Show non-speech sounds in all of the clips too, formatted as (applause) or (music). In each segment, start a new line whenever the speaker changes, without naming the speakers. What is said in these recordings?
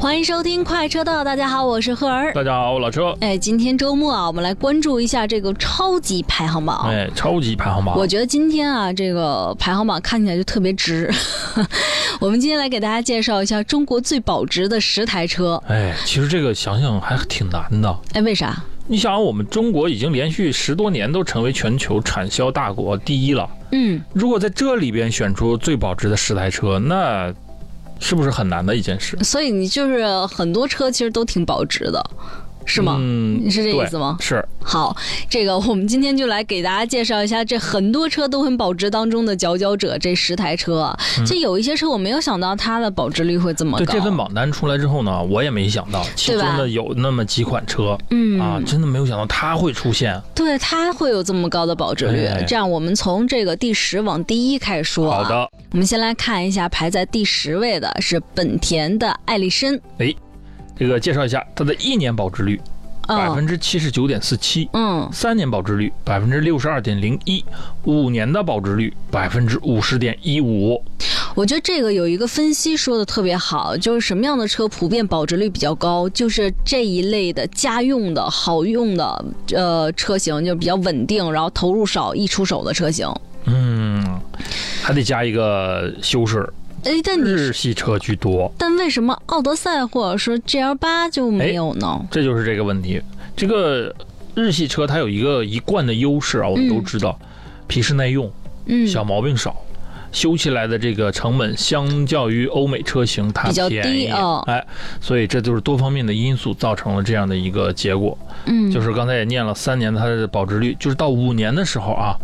欢迎收听快车道，大家好，我是赫儿。
大家好，我老车。
哎，今天周末啊，我们来关注一下这个超级排行榜。
哎，超级排行榜，
我觉得今天啊，这个排行榜看起来就特别值。 (laughs) 我们今天来给大家介绍一下中国最保值的十台车。
哎，其实这个想想还挺难的。
哎，为啥？
你想，我们中国已经连续十多年都成为全球产销大国第一了。
嗯，
如果在这里边选出最保值的十台车，那是不是很难的一件事？
嗯所以你就是很多车其实都挺保值的，是吗？
嗯，
是这意
对
思吗？
是，
好，这个我们今天就来给大家介绍一下这很多车都很保值当中的佼佼者这十台车啊。这有一些车我没有想到它的保值率会这么高。
嗯对这份榜单出来之后呢，我也没想到，其中
吧
的有那么几款车
嗯
啊，真的没有想到它会出现。
对，它会有这么高的保值率。
哎
这样，我们从这个第十往第一开始说、啊。
好，的，
我们先来看一下排在第十位的是本田的艾力绅，
这个介绍一下它的一年保值率百
嗯
分之七十九点四七。
嗯，
三年保值率百分之六十二点零一，五年的保值率百分之五十点一五。
我觉得这个有一个分析说的特别好，就是什么样的车普遍保值率比较高，就是这一类的家用的好用的呃车型，就比较稳定，然后投入少、易出手的车型。
嗯，还得加一个修饰，
哎，但你
日系车居多，
但为什么奥德赛或者说 GL 八就没有呢？
这就是这个问题。这个日系车它有一个一贯的优势啊，我们都知道，皮实耐用，
嗯，
哎小毛病少。修起来的这个成本相较于欧美车型它
比较
便
低
宜，
哦
哎，所以这就是多方面的因素造成了这样的一个结果。
嗯，
就是刚才也念了三年，它的保值率就是到五年的时候啊，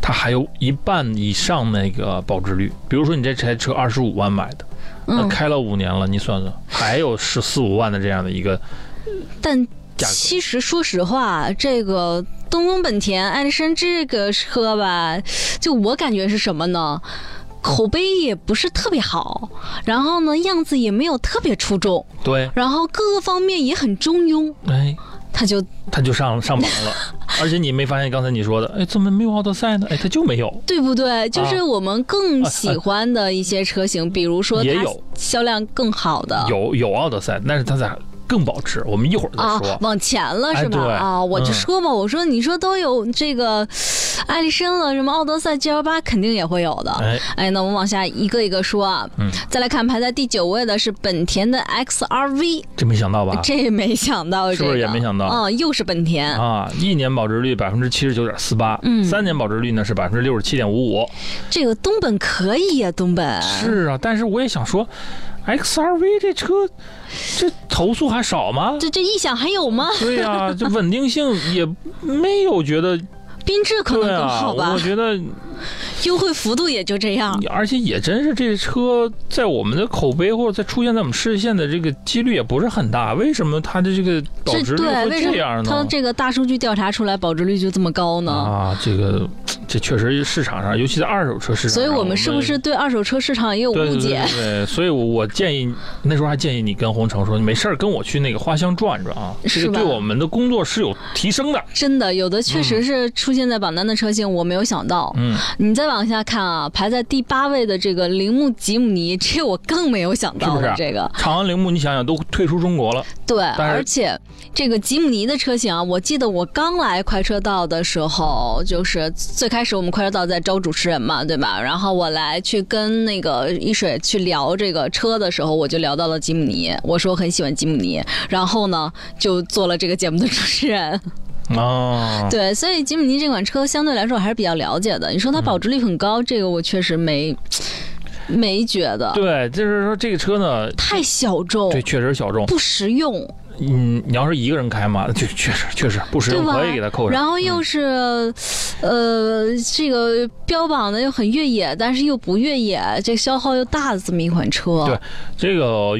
它还有一半以上那个保值率。比如说你这台车二十五万买的，那
嗯，
开了五年了，你算算，还有十四五万的这样的一个
但
价格
其实说实话，这个东风本田艾力绅这个车吧，就我感觉是什么呢？口碑也不是特别好，然后呢，样子也没有特别出众，
对，
然后各个方面也很中庸，
哎，
它就
它就上上榜
(laughs)
了。而且你没发现刚才你说的，哎，怎么没有奥德赛呢？哎，它就没有。
对不对？就是我们更
啊
喜欢的一些车型，比如说
也
它
有
销量更好的，
有有奥德赛，但是它咋更保值？我们一会儿再
啊
说。，
往前了
哎
是吧？
对
啊，我就
嗯
说嘛，我说你说都有这个艾力绅了，什么奥德赛、GL 八肯定也会有的。
哎，
哎，那我们往下一个一个说啊。
嗯
再来看排在第九位的是本田的 XRV，、
这没想到吧？
这没想到、这
啊是
个，
不是也没想到
嗯，又是本田。
啊，一年保值率百分之七十九点四八，
嗯啊
三年保值率呢是百分之六十七点五五，
这个东本可以呀、东本。
是啊，但是我也想说，XRV 这车，这投诉还少吗？
这这异响还有吗？
对呀、这稳定性也没有觉得
缤智可能
对
更
啊，
好吧，啊
我觉得，
优惠幅度也就这样。
而且也真是这车在我们的口碑或者在出现在我们视线的这个几率也不是很大，为什么它的这个保
这
值率
对，
会
为什
这
么
样
它
呢？
这个大数据调查出来保值率就这么高呢？
啊，这个这确实市场上，尤其在二手车市场上，
所以我们是不是对二手车市场也有
对
误
啊对
解？
对对对，所以我我建议那时候还建议你跟洪城说，你没事儿跟我去那个花乡转转啊，这
是
个
吧
对我们的工作是有提升的。
真的，有的确实是出现在榜单的车型，我没有想到。
嗯，
你再往下看啊，排在第八位的这个铃木吉姆尼，这我更没有想到
是不
了。
是
这个
长安铃木你想想都退出中国了，
对，
但是
而且这个吉姆尼的车型啊，我记得我刚来快车道的时候，就是最开始我们快车道在招主持人嘛，对吧？然后我来去跟那个一水去聊这个车的时候，我就聊到了吉姆尼，我说我很喜欢吉姆尼，然后呢就做了这个节目的主持人。
啊，
对，所以吉姆尼这款车相对来说我还是比较了解的。你说
嗯
它保值率很高，这个我确实没没觉得，
对，就是说这个车呢，
太小众，
对，确实小众。
不实用，
嗯，你要是一个人开嘛，就确实确实不实用，
对吧
可以给它扣上。嗯
然后又是，呃，这个标榜的又很越野，但是又不越野，这消耗又大的这么一款车。
对这个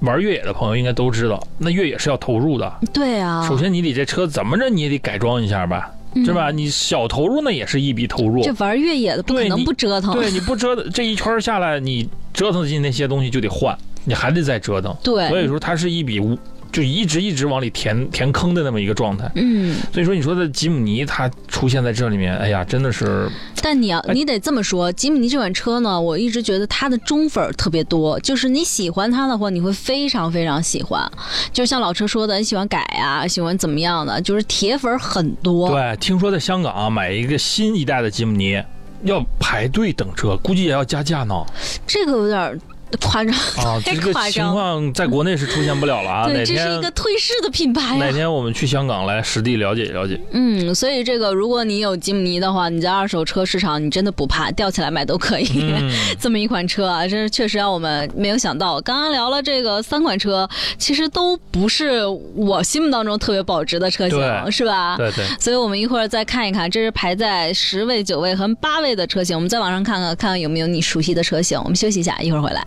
玩越野的朋友应该都知道，那越野是要投入的。
对啊，嗯
首先你得这车怎么着你也得改装一下吧，是吧？你小投入那也是一笔投入。
这玩越野的不可
对
能
你
不折腾。
对，你不折腾这一圈儿下来，你折腾进那些东西就得换，你还得再折腾。所以
对，
说它是一笔无，就一直一直往里填填坑的那么一个状态。
嗯，
所以说，你说的吉姆尼它出现在这里面，哎呀，真的是
但你要、
哎
你得这么说，吉姆尼这款车呢，我一直觉得它的忠粉儿特别多，就是你喜欢它的话，你会非常非常喜欢。就像老车说的，你喜欢改啊，喜欢怎么样的，就是铁粉儿很多。
对。听说在香港、啊、买一个新一代的吉姆尼要排队等车，估计也要加价呢。
这个有点儿夸张，
啊，
(laughs) 太
这个
夸
情
张了。
况在国内是出现不了了啊。哪
对，这是一
天
个退市的品牌
哪
哎呀、
天我们去香港来实地了解了解。
嗯，所以这个，如果你有吉姆尼的话，你在二手车市场，你真的不怕，吊起来买都可以。
嗯，
(laughs) 这么一款车啊，这是确实让我们没有想到。刚刚聊了这个三款车，其实都不是我心目当中特别保值的车型，
对
是吧？
对对，
所以我们一会儿再看一看，这是排在十位、九位和八位的车型，我们再往上看看，看看有没有你熟悉的车型。我们休息一下，一会儿回来。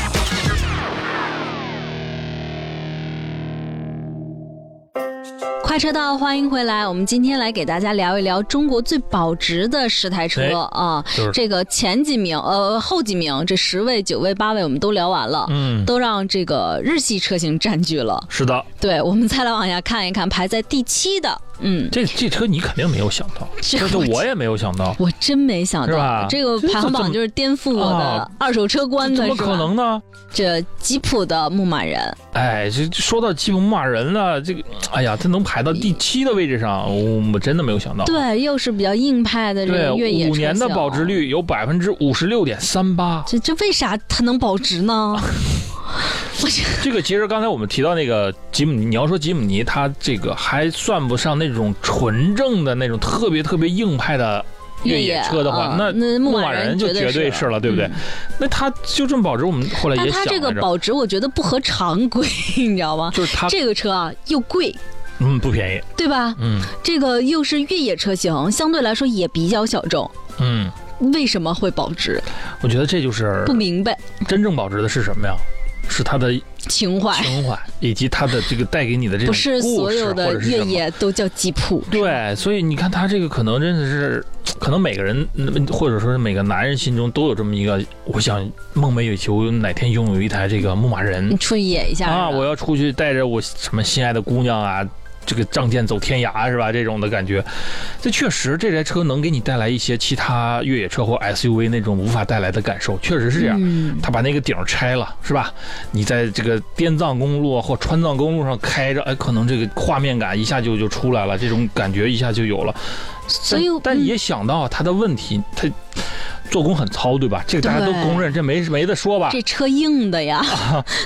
快车道，欢迎回来。我们今天来给大家聊一聊中国最保值的十台车
哎
啊、
就是
这个前几名，呃，后几名，这十位、九位、八位我们都聊完了，
嗯，
都让这个日系车型占据了。
是的，
对，我们再来往下看一看，排在第七的，嗯，
这这车你肯定没有想
(laughs)
到，
这
这
我
我也没有想到，
我真没想
是
到
吧
这个
这
排行
怎
榜
么
就是颠覆我的
啊
二手车观的
怎么
是
可
吧
能呢？
这吉普的牧马人，
哎，这这说到吉普骂人了，这个，哎呀，它能排到第七的位置上，我我真的没有想到。
对，又是比较硬派的这
对，
种越野车
五年的
型啊
保值率有百分之五十六点三八。
这这为啥它能保值
(laughs)
呢？我这
这个其实刚才我们提到那个吉姆尼，你要说吉姆尼，它这个还算不上那种纯正的那种特别特别硬派的越
野
野车的话，
啊
那
那
牧
马
马人就绝对是
是
了，对不对？
嗯
那它就这么保值，我们后来
但
也
它
想
这个
来着
保值，我觉得不合常规， (laughs) 你知道吗？
就是它，
这个车啊又贵，
嗯，不便宜，
对吧？
嗯
这个又是越野车型，相对来说也比较小众，
嗯，
为什么会保值？
我觉得这就是
不明白，
真正保值的是什么呀？是它的
情怀。
情怀，以及它的这个带给你的这种
不是
故
所
事
有
或
的
者是
越
什么。
野都叫吉普，
对，所以你看他这个可能真的是，可能每个人嗯或者说是每个男人心中都有这么一个，我想梦寐以求哪天拥有一台这个牧马人
你出去野一下
啊，
是吧
我要出去带着我什么心爱的姑娘啊。这个仗剑走天涯是吧？这种的感觉，这确实这台车能给你带来一些其他越野车或 SUV 那种无法带来的感受，确实是这样。
嗯
他把那个顶儿拆了，是吧？你在这个滇藏公路或川藏公路上开着，哎，可能这个画面感一下就就出来了，这种感觉一下就有了。
所以
但
嗯
但也想到他的问题，他做工很糙，对吧？这个大家都
对
公认，这没没得说吧？
这车硬的
(laughs)
呀，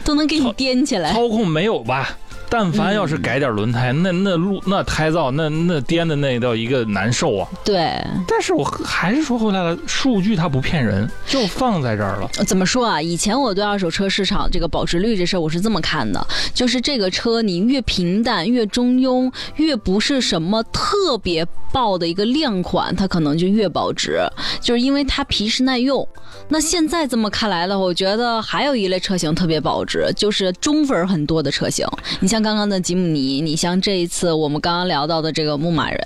都能给你颠起来。
操控没有吧？但凡要是
嗯
改点轮胎，那那路那胎噪那那颠的那叫一个难受啊！
对，
但是我还是说回来了，数据它不骗人，就放在这儿了。
怎么说啊？以前我对二手车市场这个保值率这事儿我是这么看的，就是这个车你越平淡、越中庸、越不是什么特别爆的一个亮款，它可能就越保值，就是因为它皮实耐用。那现在这么看来的话，我觉得还有一类车型特别保值，就是中分儿很多的车型。你像刚刚的吉姆尼，你像这一次我们刚刚聊到的这个牧马人，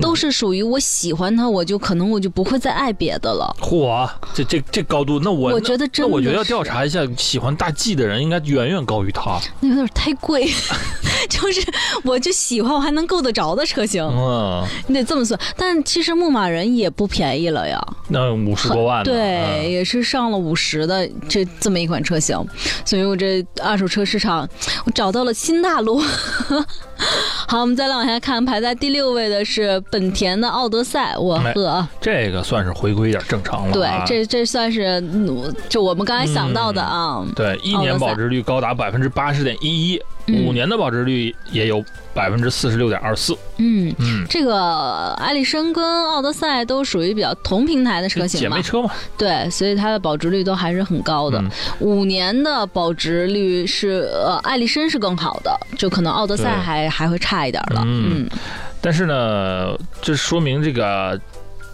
都是属于我喜欢它，我就可能我就不会再爱别的了。
嚯，这这这高度，那我
我觉得真
那我觉
的
得要
是
调查一下，喜欢大 G 的人应该远远高于他。
那 (laughs) 有点太贵， (laughs) 就是我就喜欢我还能够得着的车型，
嗯，
你得这么算。但其实牧马人也不便宜了呀，
那五十多万呢，嗯
对，也是上了五十的这这么一款车型，所以我这二手车市场我找到了新大陆。 (laughs) 好，我们再来往下看，排在第六位的是本田的奥德赛，我
哎
呵，
嗯，这个算是回归一点正常了。
对
啊，
这这算是嗯就我们刚才想到的
嗯
啊。
对一年保值率高达百分之八十点一一，
嗯
五年的保值率也有百分之四十六点二四。
嗯，
嗯，
这个艾力绅跟奥德赛都属于比较同平台的车型
姐
嘛
妹，车嘛，
对，所以它的保值率都还是很高的
嗯。
五、年的保值率是呃，艾力绅是更好的，就可能奥德赛
对
还还会差一点了。嗯
嗯，但是呢，这说明这个。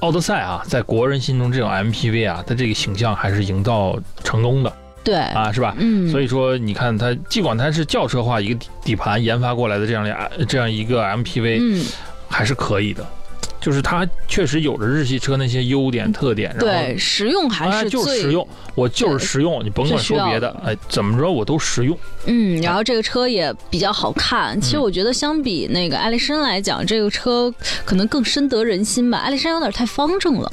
奥德赛啊，在国人心中这种 MPV 啊，它这个形象还是营造成功的。
对，
啊，是吧？
嗯，
所以说，你看它，尽管它是轿车化一个底底盘研发过来的这样的这样一个 MPV，
嗯，
还是可以的，就是它确实有着日系车那些优点特点，然后
对，实用还
哎
是
就是
最
实用，我就
对
是实用，你甭
最
管
需
说
要
别的，哎，怎么着我都实用。
嗯，然后这个车也比较好看。其实
嗯
我觉得相比那个艾力绅来讲，这个车可能更深得人心吧。艾力绅有点太方正了。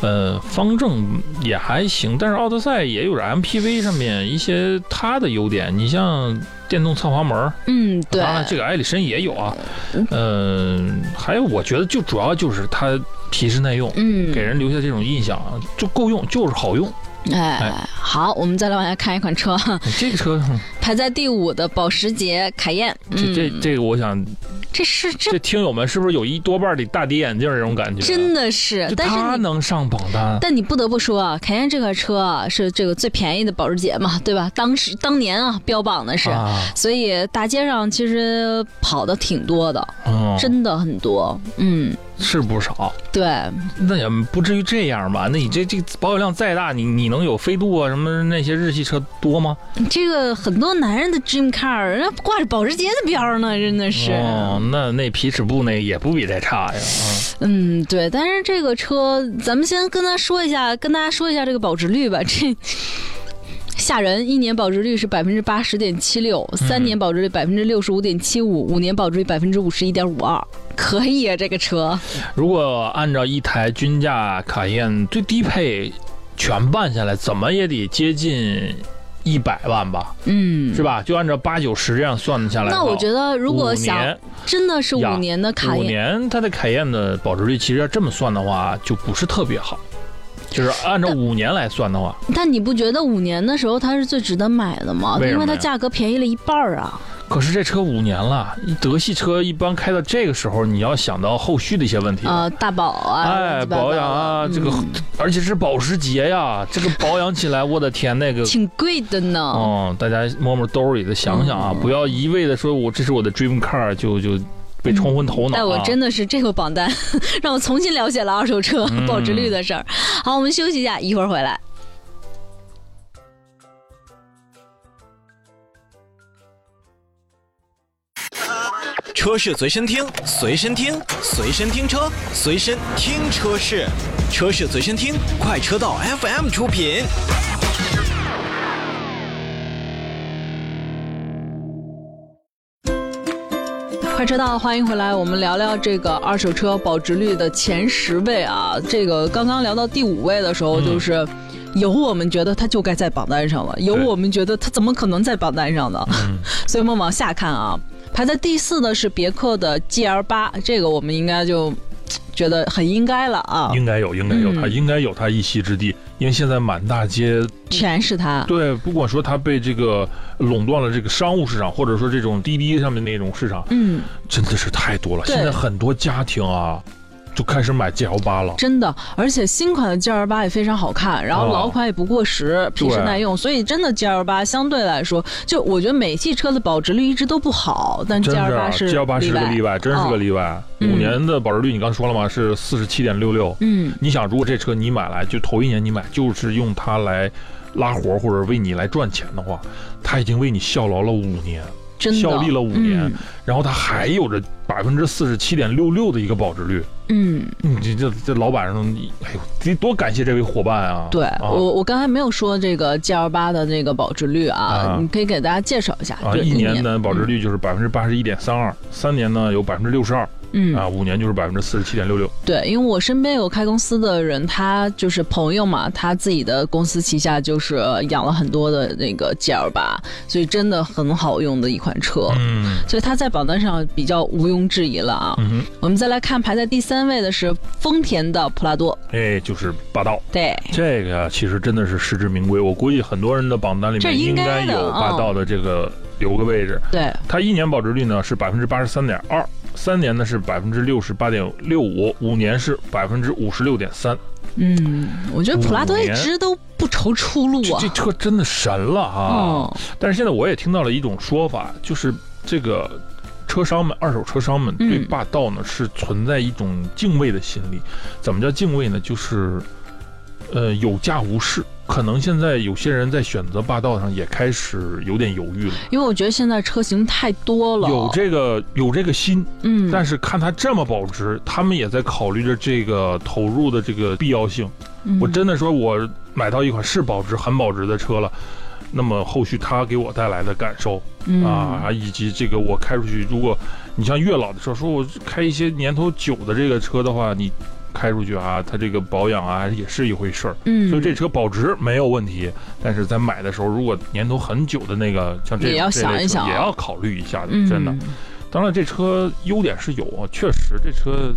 呃，方正也还行，但是奥德赛也有着 MPV 上面一些它的优点，你像电动侧滑门儿，
嗯，对，
当然这个艾力绅也有啊，嗯、还有我觉得就主要就是它皮实耐用。
嗯，
给人留下这种印象啊，就够用，就是好用。
哎，好，我们再来往下看一款车， (laughs)
这个车，哼
排在第五的保时捷凯宴。
这
嗯，
这这个，我想
这是这
这听友们是不是有一多半得大跌眼镜儿这种感觉？
真，的是
就，
但
它
是你。
能上榜单，
但你不得不说啊，凯宴这款车啊是这个最便宜的保时捷嘛，对吧？当时当年啊标榜的是，
啊，
所以大街上其实跑的挺多的，
嗯，
真的很多。嗯，
是不少。
对，
那也不至于这样吧？那你这这保有量再大，你你能有飞度啊什么那些日系车多吗？
这个很多男人的 dream car，人家挂着保时捷的标呢，真的是。啊
哦，那那皮尺布那也不比这差呀。嗯
嗯，对。但是这个车，咱们先跟他说一下，跟大家说一下这个保值率吧，这。 (laughs) 吓人！一年保值率是百分之八十点七六，
嗯
三年保值率百分之六十五点七五，五年保值率百分之五十一点五二，可以啊，这个车。
如果按照一台均价卡宴最低配全办下来，怎么也得接近一百万吧，
嗯，
是吧？就按照八九十这样算下来的
那
话，
我觉得，如果
五
想
年
真的是
呀
五年的卡
五
宴，
年它的凯宴的保值率，其实要这么算的话，就不是特别好。就是按照五年来算的话，
但你不觉得五年的时候它是最值得买的吗？
为什
因
么
为它
呀
价格便宜了一半儿啊。
可是这车五年了，德系车一般开到这个时候，你要想到后续的一些问题。
呃，大宝啊，乱
哎，
七八糟
保
的
养啊，这个，
嗯
而且是保时捷呀，这个保养起来，我的天，那个，
挺贵的呢。
嗯，大家摸摸兜里的想想啊，
嗯
不要一味的说我这是我的 dream car，就就被冲昏头
嗯哎
脑啊。
但我真的是这个榜单， (laughs) 让我重新了解了二手车
嗯
保值率的事儿。好，我们休息一下，一会儿回来。
车是随身听，随身听，随身听车，随身听车是，车是随身听，快车道 FM 出品。
快车道，欢迎回来，我们聊聊这个二手车保值率的前十位啊。这个刚刚聊到第五位的时候，
嗯
就是。有我们觉得它就该在榜单上了，有
对嗯
我们觉得它怎么可能在榜单上呢？ (laughs) 所以我们往下看啊，排在第四的是别克的 GL 八，这个我们应该就觉得很应该了啊，
应该有，应该有它，
嗯
应该有它一席之地，因为现在满大街
全是它。
对，不管说它被这个垄断了这个商务市场，或者说这种滴滴上面那种市场，
嗯，
真的是太多了。
对
现在很多家庭啊，就开始买 GL 八了。
真的，而且新款的 GL 八也非常好看，然后
哦
老款也不过时，皮实
对
耐用，所以真的 GL 八相对来说，就我觉得美系车的保值率一直都不好，但
真
GL
是啊
八是
，GL 八是个例
外。
外，真是个
哦
例外。五、
嗯
年的保值率，你刚说了吗？是四十七点六六。
嗯，
你想，如果这车你买来，就头一年你买，就是用它来拉活或者为你来赚钱的话，它已经为你效劳了五年，
真的
效力了五年，
嗯
然后它还有着百分之四十七点六六的一个保值率。
嗯，
你这这这老板上，你哎呦，得多感谢这位伙伴啊！
对、
啊、
我我刚才没有说这个 GL 八的这个保值率啊，
啊
你可以给大家介绍一下。嗯
啊，
对
一年呢保值，率就是百分之八十一点三二，三年呢有百分之六十二
嗯，
啊，五年就是百分之四十七点六六。
对，因为我身边有开公司的人，他就是朋友嘛，他自己的公司旗下就是养了很多的那个 GL 八，所以真的很好用的一款车。
嗯
所以它在榜单上比较毋庸置疑了啊！
嗯
我们再来看排在第三位的是丰田的普拉多，
哼，哎，就是霸道，
对，
这个啊其实真的是实至名归。我估计很多人的榜单里
这
面
应
应
该
该
的
有霸
嗯
道的这个留个位置。
对，
它一年保值率呢是百分之八十三点二，三年呢是百分之六十八点六五，五年是百分之五十六点三。
嗯，我觉得普拉多
五
一
年
直都不愁出路
这
啊
这，车真的神了啊！
嗯
但是现在我也听到了一种说法，就是这个车商们、二手车商们
嗯
对霸道呢、是存在一种敬畏的心理。怎么叫敬畏呢？就是呃有价无市。可能现在有些人在选择霸道上也开始有点犹豫了，
因为我觉得现在车型太多了，
有这个有这个心，
嗯，
但是看它这么保值，他们也在考虑着这个投入的这个必要性。
嗯
我真的说，我买到一款是保值、很保值的车了，那么后续它给我带来的感受
嗯
啊，以及这个我开出去，如果你像越老的车，说我开一些年头久的这个车的话，你开出去啊，它这个保养啊也是一回事儿。
嗯，
所以这车保值没有问题，但是在买的时候，如果年头很久的那个，像这
也要
这类
想一
车
想啊
也要考虑一下的，
嗯
真的。当然，这车优点是有，啊，确实这车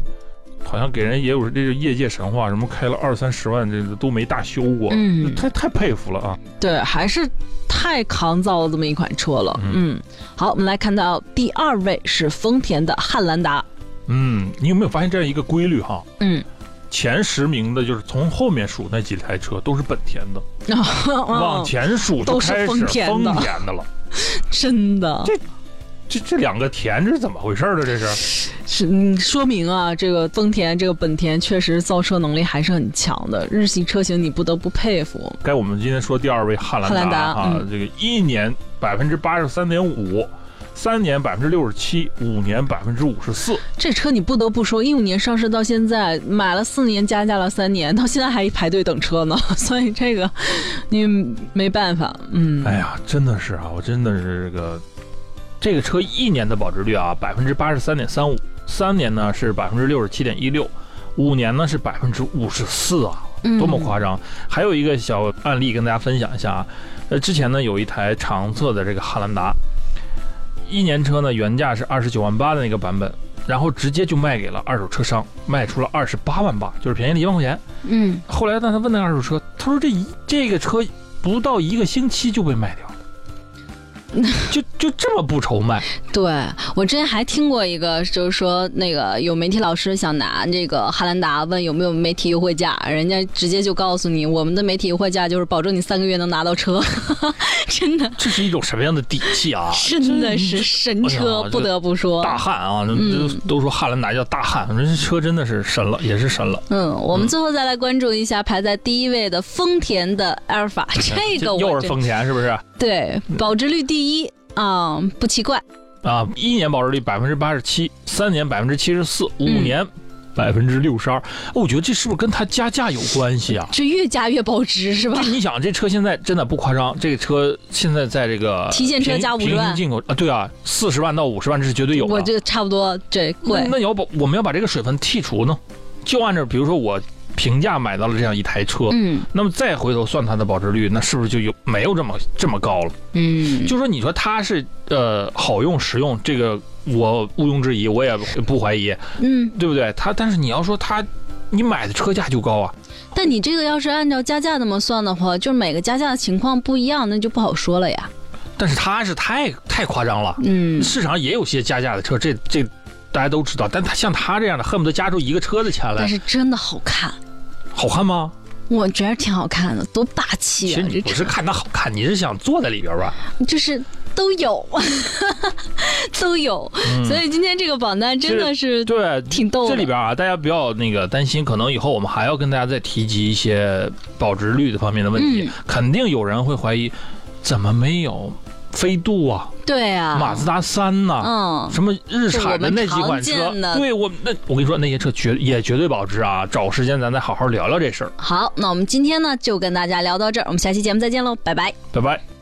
好像给人也有这个业界神话，什么开了二三十万，这个都没大修过，
嗯
太太佩服了啊！
对，还是太抗造了这么一款车了。嗯，好，我们来看到第二位是丰田的汉兰达。
嗯，你有没有发现这样一个规律哈？
嗯，
(laughs) 前十名的就是从后面数那几台车都是本田的，往
哦，
前数就
都是
开始丰
丰田的
的了。
真的
这这这两个田是怎么回事儿呢？这是
是嗯说明啊，这个丰田、这个本田确实造车能力还是很强的，日系车型你不得不佩服。
该我们今天说第二位汉兰达
汉兰达
啊，
嗯
这个一年百分之八十三点五，三年百分之六十七，五年百分之五十四。
这车你不得不说，一五年上市到现在买了四年，加价了三年，到现在还排队等车呢， (laughs) 所以这个你没办法，嗯，
哎呀，真的是啊，我真的是这个这个车一年的保值率啊，百分之八十三点三五，三年呢是百分之六十七点一六，五年呢是百分之五十四啊，
嗯
多么夸张！还有一个小案例跟大家分享一下啊，呃，之前呢有一台长测的这个汉兰达，一年车呢原价是二十九万八的那个版本。然后直接就卖给了二手车商，卖出了二十八万八，就是便宜了一万块钱。
嗯，
后来呢，他问那个二手车，他说这一这个车不到一个星期就被卖掉了，
(laughs)
就就这么不愁卖。
对我之前还听过一个，就是说那个有媒体老师想拿这个汉兰达问有没有媒体优惠价，人家直接就告诉你，我们的媒体优惠价就是保证你三个月能拿到车， (laughs) 真的
这是一种什么样的底气啊？
真的是神
哎
车
呀，
不得不说。
大汉啊，那都
嗯
都说汉兰达叫大汉，这车真的是神了，也是神了。
嗯，我们最后再来关注一下排在第一位的丰田的阿尔
(laughs)
法，这个我
又是
真
丰嗯田，是不是？
对保值率第一啊、不奇怪。
啊，一年保值率百分之八十七，三年百分之七十四，五
嗯
年百分之六十二。我觉得这是不是跟它加价有关系啊？
这越加越保值是吧
就？你想，这车现在真的不夸张，这个车现在在这个
旗舰车
平
加50
平
万
行进口啊，对啊，四十万到五十万这是绝对有的。
我觉得差不多，这贵
那。那要把我们要把这个水分剔除呢？就按照比如说我平价买到了这样一台车，
嗯
那么再回头算它的保值率，那是不是就有没有这么这么高了？
嗯，
就说你说它是呃好用实用，这个我毋庸置疑，我也不怀疑，
嗯。
对不对？它但是你要说它。你买的车价就高啊，
但你这个要是按照加价那么算的话，就是每个加价的情况不一样，那就不好说了呀。
但是它是太太夸张了。
嗯，
市场也有些加价的车，这这大家都知道。但它像它这样的，恨不得加出一个车的钱
但
来，
是真的好看，
好看吗？
我觉得挺好看的，多霸
其
气
实
啊！
你
这
不是
车
看它好看，你是想坐在里边吧？
就是都有， (laughs) 都有。
嗯
所以今天这个榜单真的是
对，
挺逗的。
这里边啊，大家不要那个担心，可能以后我们还要跟大家再提及一些保值率的方面的问题，
嗯
肯定有人会怀疑，怎么没有飞度啊、
对啊，
马自达三呐、
嗯，
什么日产的那几款
是我们
车
常见，的
对我那我跟你说那些车绝也绝对保值啊！找时间咱再好好聊聊这事儿，
好，那我们今天呢就跟大家聊到这儿，我们下期节目再见喽，拜拜。
拜拜。